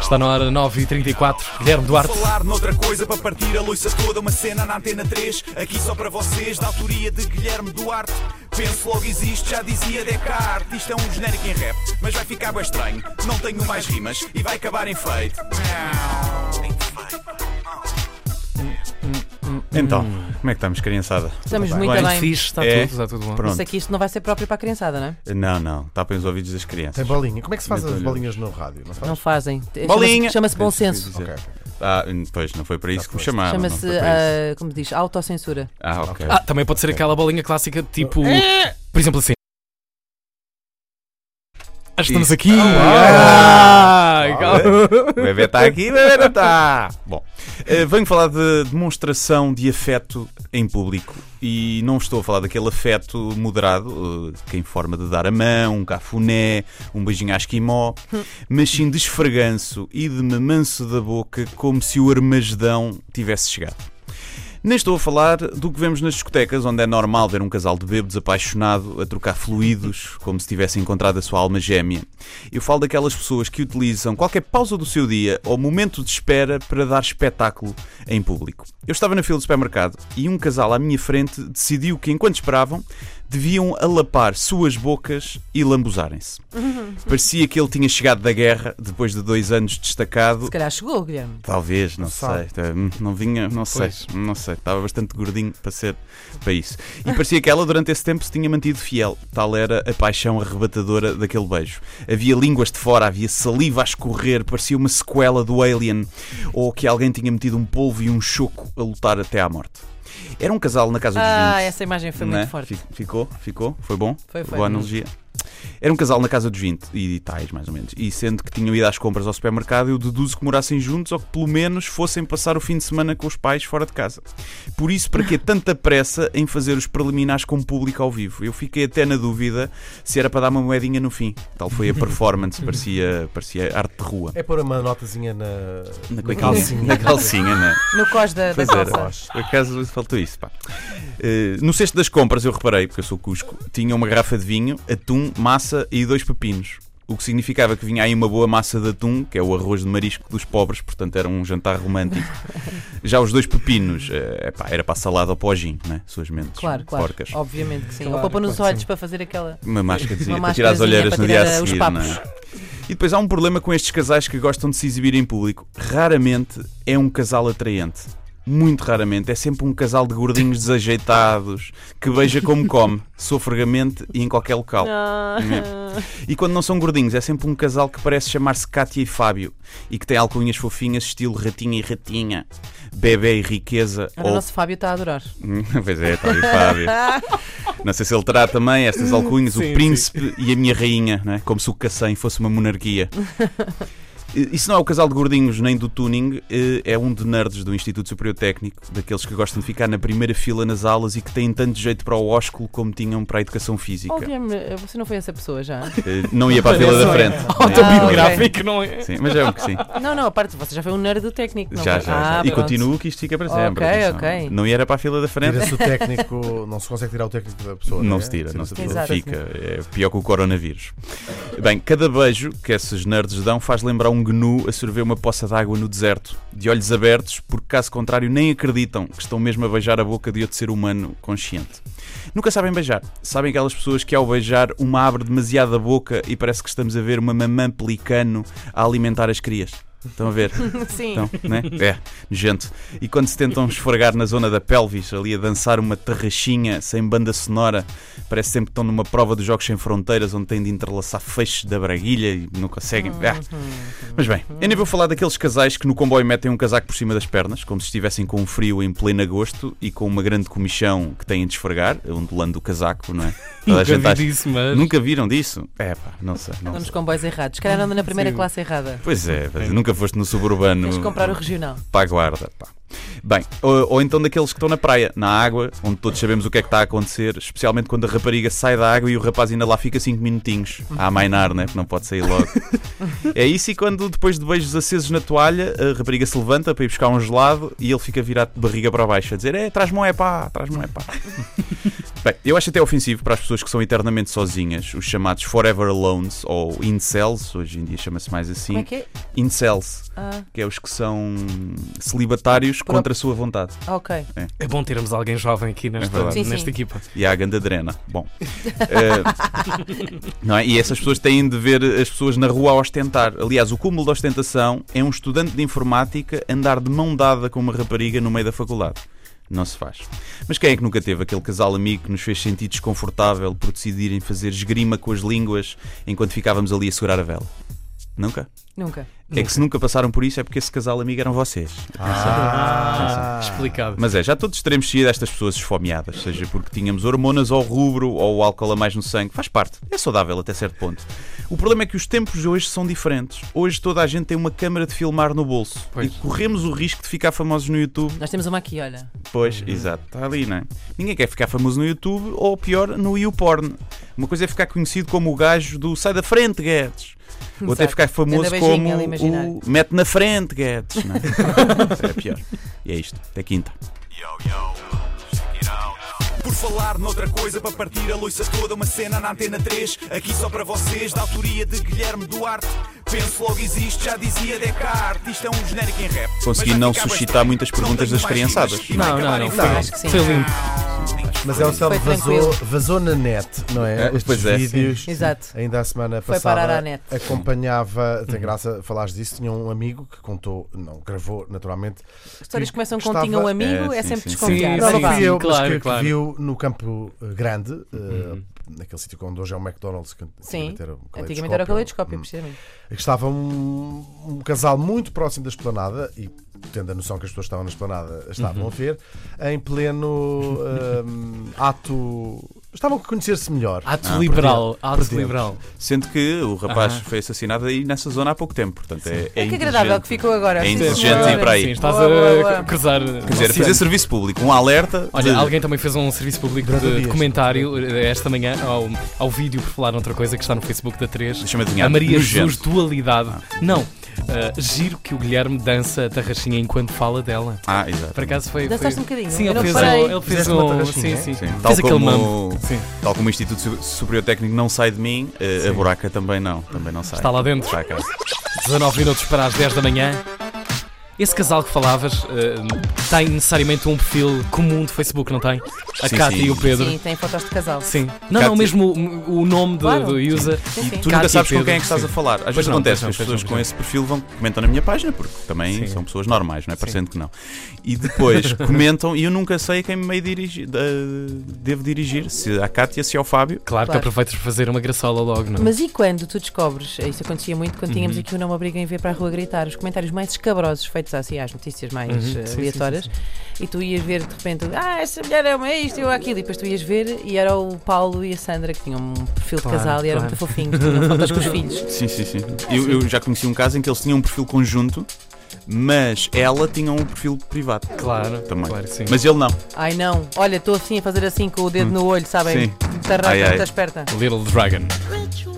Está na hora 9h34, Guilherme Duarte. Falar noutra coisa para partir a louça toda, uma cena na antena 3, aqui só para vocês, da autoria de Guilherme Duarte. Penso logo existe, já dizia Descartes. Isto é um genérico em rap, mas vai ficar bem estranho. Não tenho mais rimas e vai acabar em feio. Então, como é que estamos, criançada? Estamos muito bem. Fixe, está É. tudo, está tudo bom. Pronto. Sei que isto não vai ser próprio para a criançada, não é? Não, não, tapem os ouvidos das crianças. Tem bolinha. Como é que se faz as Meto-lhe. bolinhas no rádio? Não faz? Não fazem. Chama-se- Bolinha! Chama-se bom Isso que eu senso. ia dizer. Ok. Ah, pois, não foi para isso que me chamaram. não Chama-se, uh, foi para isso. ah, como diz, autocensura. Ah, ok. Ah, também pode ser aquela bolinha clássica, tipo. Por exemplo, assim. Ah, Estamos Isso. aqui. Ah, O bebê está aqui, o bebê não está. Bom, eh, venho falar de demonstração de afeto em público. E não estou a falar daquele afeto moderado, eh, que é em forma de dar a mão, um cafuné, um beijinho à esquimó, mas sim de esfreganço e de mamanço da boca, como se o armagedão tivesse chegado. Nem estou a falar do que vemos nas discotecas, onde é normal ver um casal de bêbados apaixonado a trocar fluidos, como se tivesse encontrado a sua alma gêmea. Eu falo daquelas pessoas que utilizam qualquer pausa do seu dia ou momento de espera para dar espetáculo em público. Eu estava na fila do supermercado e um casal à minha frente decidiu que, enquanto esperavam, deviam alapar suas bocas e lambuzarem-se. Parecia que ele tinha chegado da guerra, depois de dois anos destacado, Se calhar chegou, Guilherme. Talvez, não Sabe. sei. Hum, Não vinha, não Pois. sei. Não sei. Estava bastante gordinho para ser para isso. E parecia que ela durante esse tempo se tinha mantido fiel. Tal era a paixão arrebatadora daquele beijo. Havia línguas de fora, havia saliva a escorrer, parecia uma sequela do Alien. Ou que alguém tinha metido um polvo e um choco a lutar até à morte. Era um casal na casa dos Ah, 20, essa imagem foi não é? muito forte. Fic- Ficou, ficou, foi bom? Foi, foi. Boa analogia. Era um casal na casa dos 20 e tais, mais ou menos. E sendo que tinham ido às compras ao supermercado, eu deduzo que morassem juntos ou que pelo menos fossem passar o fim de semana com os pais fora de casa. Por isso, para que tanta pressa em fazer os preliminares com o público ao vivo? Eu fiquei até na dúvida se era para dar uma moedinha no fim. Tal foi a performance, parecia, parecia arte de rua. É pôr uma notazinha na, Na, na cuequinha. Na calcinha, não é? No cos da, da Pois era. calça. Por acaso faltou isso, pá. Eh, no cesto das compras, eu reparei, porque eu sou cusco, tinha uma garrafa de vinho, atum, massa e dois pepinos. O que significava que vinha aí uma boa massa de atum, que é o arroz de marisco dos pobres, portanto era um jantar romântico. Já os dois pepinos, eh, epá, era para a salada ou para o gin, né? Suas mentes Claro, claro. porcas. Obviamente que sim. Claro, Ou para pôr nos claro que olhos sim. para fazer aquela. Uma máscara Uma para tirar as máscarazinha olheiras para no dia a tirar, uh, os seguir, não é? papos. E depois há um problema com estes casais que gostam de se exibir em público. Raramente é um casal atraente. Muito raramente. É sempre um casal de gordinhos desajeitados que beija como come, sofregamente e em qualquer local. É. E quando não são gordinhos, é sempre um casal que parece chamar-se Cátia e Fábio e que tem alcunhas fofinhas, estilo ratinha e ratinha, bebê e riqueza Agora o ou nosso Fábio está a adorar. Hum, pois é, está aí o Fábio. Não sei se ele terá também estas alcunhas, Sim, o príncipe e a minha rainha, não é? como se o Cacém fosse uma monarquia. E- Isso não é o casal de gordinhos nem do tuning, eh, é um de nerds do Instituto Superior Técnico, daqueles que gostam de ficar na primeira fila nas aulas e que têm tanto jeito para o ósculo como tinham para a educação física. Oh, Guilherme, você não foi essa pessoa já? Eh, Não ia para a fila da frente. um Autobiográfico, não é? Sim, mas é o que sim. Não, não, a parte você já foi um nerd do técnico. Não Já, já. foi? já. Ah, E pronto. continuo que isto fica para Ok, sempre. atenção. ok. Não ia era para a fila da frente. Tira-se o técnico, não se consegue tirar o técnico da pessoa. Não é? se tira, não Tira-se se a tira. pessoa. Exato. Fica. É pior que o coronavírus. Bem, cada beijo que esses nerds dão faz lembrar um gnu a sorver uma poça de água no deserto, de olhos abertos, porque caso contrário nem acreditam que estão mesmo a beijar a boca de outro ser humano consciente. Nunca sabem beijar. Sabem aquelas pessoas que ao beijar uma abre demasiado a boca e parece que estamos a ver uma mamã pelicano a alimentar as crias. Estão a ver? Sim. Então, né? É, gente. E quando se tentam esfregar na zona da pelvis, ali a dançar uma terrachinha sem banda sonora, parece sempre que estão numa prova dos Jogos Sem Fronteiras onde têm de entrelaçar feixes da braguilha e não conseguem. Hum. Uhum. Ah. Mas bem, eu nem vou falar daqueles casais que no comboio metem um casaco por cima das pernas, como se estivessem com um frio em pleno agosto e com uma grande comichão que têm de esfregar, ondulando o casaco, não é? Toda a Nunca gente vi acha- disso, mas. Nunca viram disso? É pá, não sei. Não Estamos sei. com boys errados. Se calhar anda na primeira Sim. classe errada. Pois é, mas nunca foste no suburbano. Tens de comprar o regional. para a guarda. pá. Bem, ou, ou então daqueles que estão na praia, na água, onde todos sabemos o que é que está a acontecer, especialmente quando a rapariga sai da água e o rapaz ainda lá fica 5 minutinhos a amainar, né? Porque não pode sair logo. É isso, e quando depois de beijos acesos na toalha, a rapariga se levanta para ir buscar um gelado e ele fica virado de barriga para baixo a dizer: É, traz-me um é pá, traz-me um é pá. Bem, eu acho até ofensivo para as pessoas que são eternamente sozinhas, os chamados forever alones ou incels, hoje em dia chama-se mais assim. Como é que é? Incels, Ah, que é os que são celibatários Pro- contra a sua vontade. ok. É bom termos alguém jovem aqui nesta, É verdade. Sim, sim. nesta equipa. E há a ganda drena. Bom. eh, não é? E essas pessoas têm de ver as pessoas na rua a ostentar. Aliás, o cúmulo da ostentação é um estudante de informática andar de mão dada com uma rapariga no meio da faculdade. Não se faz. Mas quem é que nunca teve aquele casal amigo que nos fez sentir desconfortável por decidirem fazer esgrima com as línguas enquanto ficávamos ali a segurar a vela? Nunca? Nunca. É que se nunca passaram por isso é porque esse casal amigo eram vocês. Ah, Explicado. Mas é, já todos teremos sido estas pessoas esfomeadas, seja porque tínhamos hormonas ao rubro ou o álcool a mais no sangue. Faz parte, é saudável até certo ponto. O problema é que os tempos de hoje são diferentes. Hoje toda a gente tem uma câmara de filmar no bolso Pois. e corremos o risco de ficar famosos no YouTube. Nós temos uma aqui, olha. Pois, exato, está ali, não é? Ninguém quer ficar famoso no YouTube ou pior, no YouPorn. Uma coisa é ficar conhecido como o gajo do Sai da Frente, Guedes. Outra é Exato. ficar famoso Ganda beijinho como ali, imaginário. o Mete na Frente, Guedes. Não é? Isso é pior. E é isto, até quinta. Por falar noutra coisa, para partir a louça toda, uma cena na antena 3, aqui só para vocês, da autoria de Guilherme Duarte. Penso logo existe, já dizia Descartes, isto é um genérico em rap. Consegui Mas vai não ficar bem suscitar estranho. muitas Não perguntas tenho das mais criançadas. dicas e Não, vai não, acabar não, em foi- fraude. acho que sim. Foi limpo. Mas é o Selmo Foi vazou, vazou na net, não É, é? Estes pois é. vídeos. Exato. Ainda a semana Foi passada parar à net. acompanhava, Uhum. tem graça falares disso, tinha um amigo que contou, não, gravou naturalmente. Histórias começam com Estava- tinha um amigo, É, é, sim, sempre sim, desconfiar. sim. Não, não Vá. fui eu, mas claro, que, claro. que viu no campo eh, grande, eh, Uhum. naquele sítio onde hoje é o McDonald's, que Sim. antigamente era um Antigamente era o caleidoscópio, Hum. É precisamente. que estava um, um casal muito próximo da esplanada e tendo a noção que as pessoas estavam na esplanada estavam a ver em pleno hum, ato estavam a conhecer-se melhor Ah, Ato liberal. Ato Perdemos. liberal. Sendo que o rapaz Aham. foi assassinado aí nessa zona há pouco tempo, portanto é, é É que inteligente. agradável que ficou agora. É Sim, inteligente senhora. ir para aí. Sim, estás Boa, boa, boa. a cruzar. Quer dizer, fazer serviço público, um alerta. Olha, de- alguém também fez um serviço público Durante o de dia, comentário eh, esta manhã ao, ao vídeo por falar noutra coisa que está no Facebook da 3. Deixa-me adivinhar. A Maria Nojento. Jesus Dualidade. Não. Ah, giro que o Guilherme dança a tarraxinha enquanto fala dela. Ah, exato. Por acaso foi. foi- Dançaste um bocadinho. Sim, eu ele não fez, um, parei. ele fez Fizeste uma um. tarraxinha, Sim, é? sim. Sim, Fez tal aquele como- mambo. Sim. Tal como o Instituto Su- Superior Técnico não sai de mim, eh, a buraca também não. Também não sai. Está lá dentro. Está cá. 19 minutos para as 10 da manhã. Esse casal que falavas eh, tem necessariamente um perfil comum de Facebook, não tem? A Sim, Cátia sim. e o Pedro. Sim, tem fotos de casal. Sim. Não, Cátia. não, mesmo o, o nome do, Claro. do user. Sim, sim. Tu nunca Cátia sabes com Pedro, quem é que estás sim. a falar. Às vezes não, acontece, pois as não, pessoas pois não, com pois esse perfil vão comentam na minha página, porque também Sim. são pessoas normais, não é? Parecendo que não. E depois comentam e eu nunca sei a quem me dirigi, da- devo dirigir, se à Cátia, se ao Fábio. Claro, que Claro. aproveitas para fazer uma graçola logo, não é? Mas e quando tu descobres, isto acontecia muito quando tínhamos Uhum. aqui o Não Me Obriguem a Ver para a Rua Gritar, os comentários mais escabrosos feitos assim às notícias mais Uhum. Sim, eh, sim, aleatórias, e tu ias ver de repente, ah, essa mulher é uma isto, eu aquilo, e depois tu ias ver e era o Paulo e a Sandra que tinham um perfil Claro, de casal e eram claro. muito fofinhos, tinham fotos com os filhos. Sim, sim, sim. Eu, eu já conheci um caso em que eles tinham um perfil conjunto, mas ela tinha um perfil privado. Claro, Também. claro Tá que sim. Mas ele não. Ai não, olha, estou assim a fazer assim com o dedo no olho, sabem? Hum. Sim. Está Ai, rápido, ai. está esperta. Little Dragon. Ritual.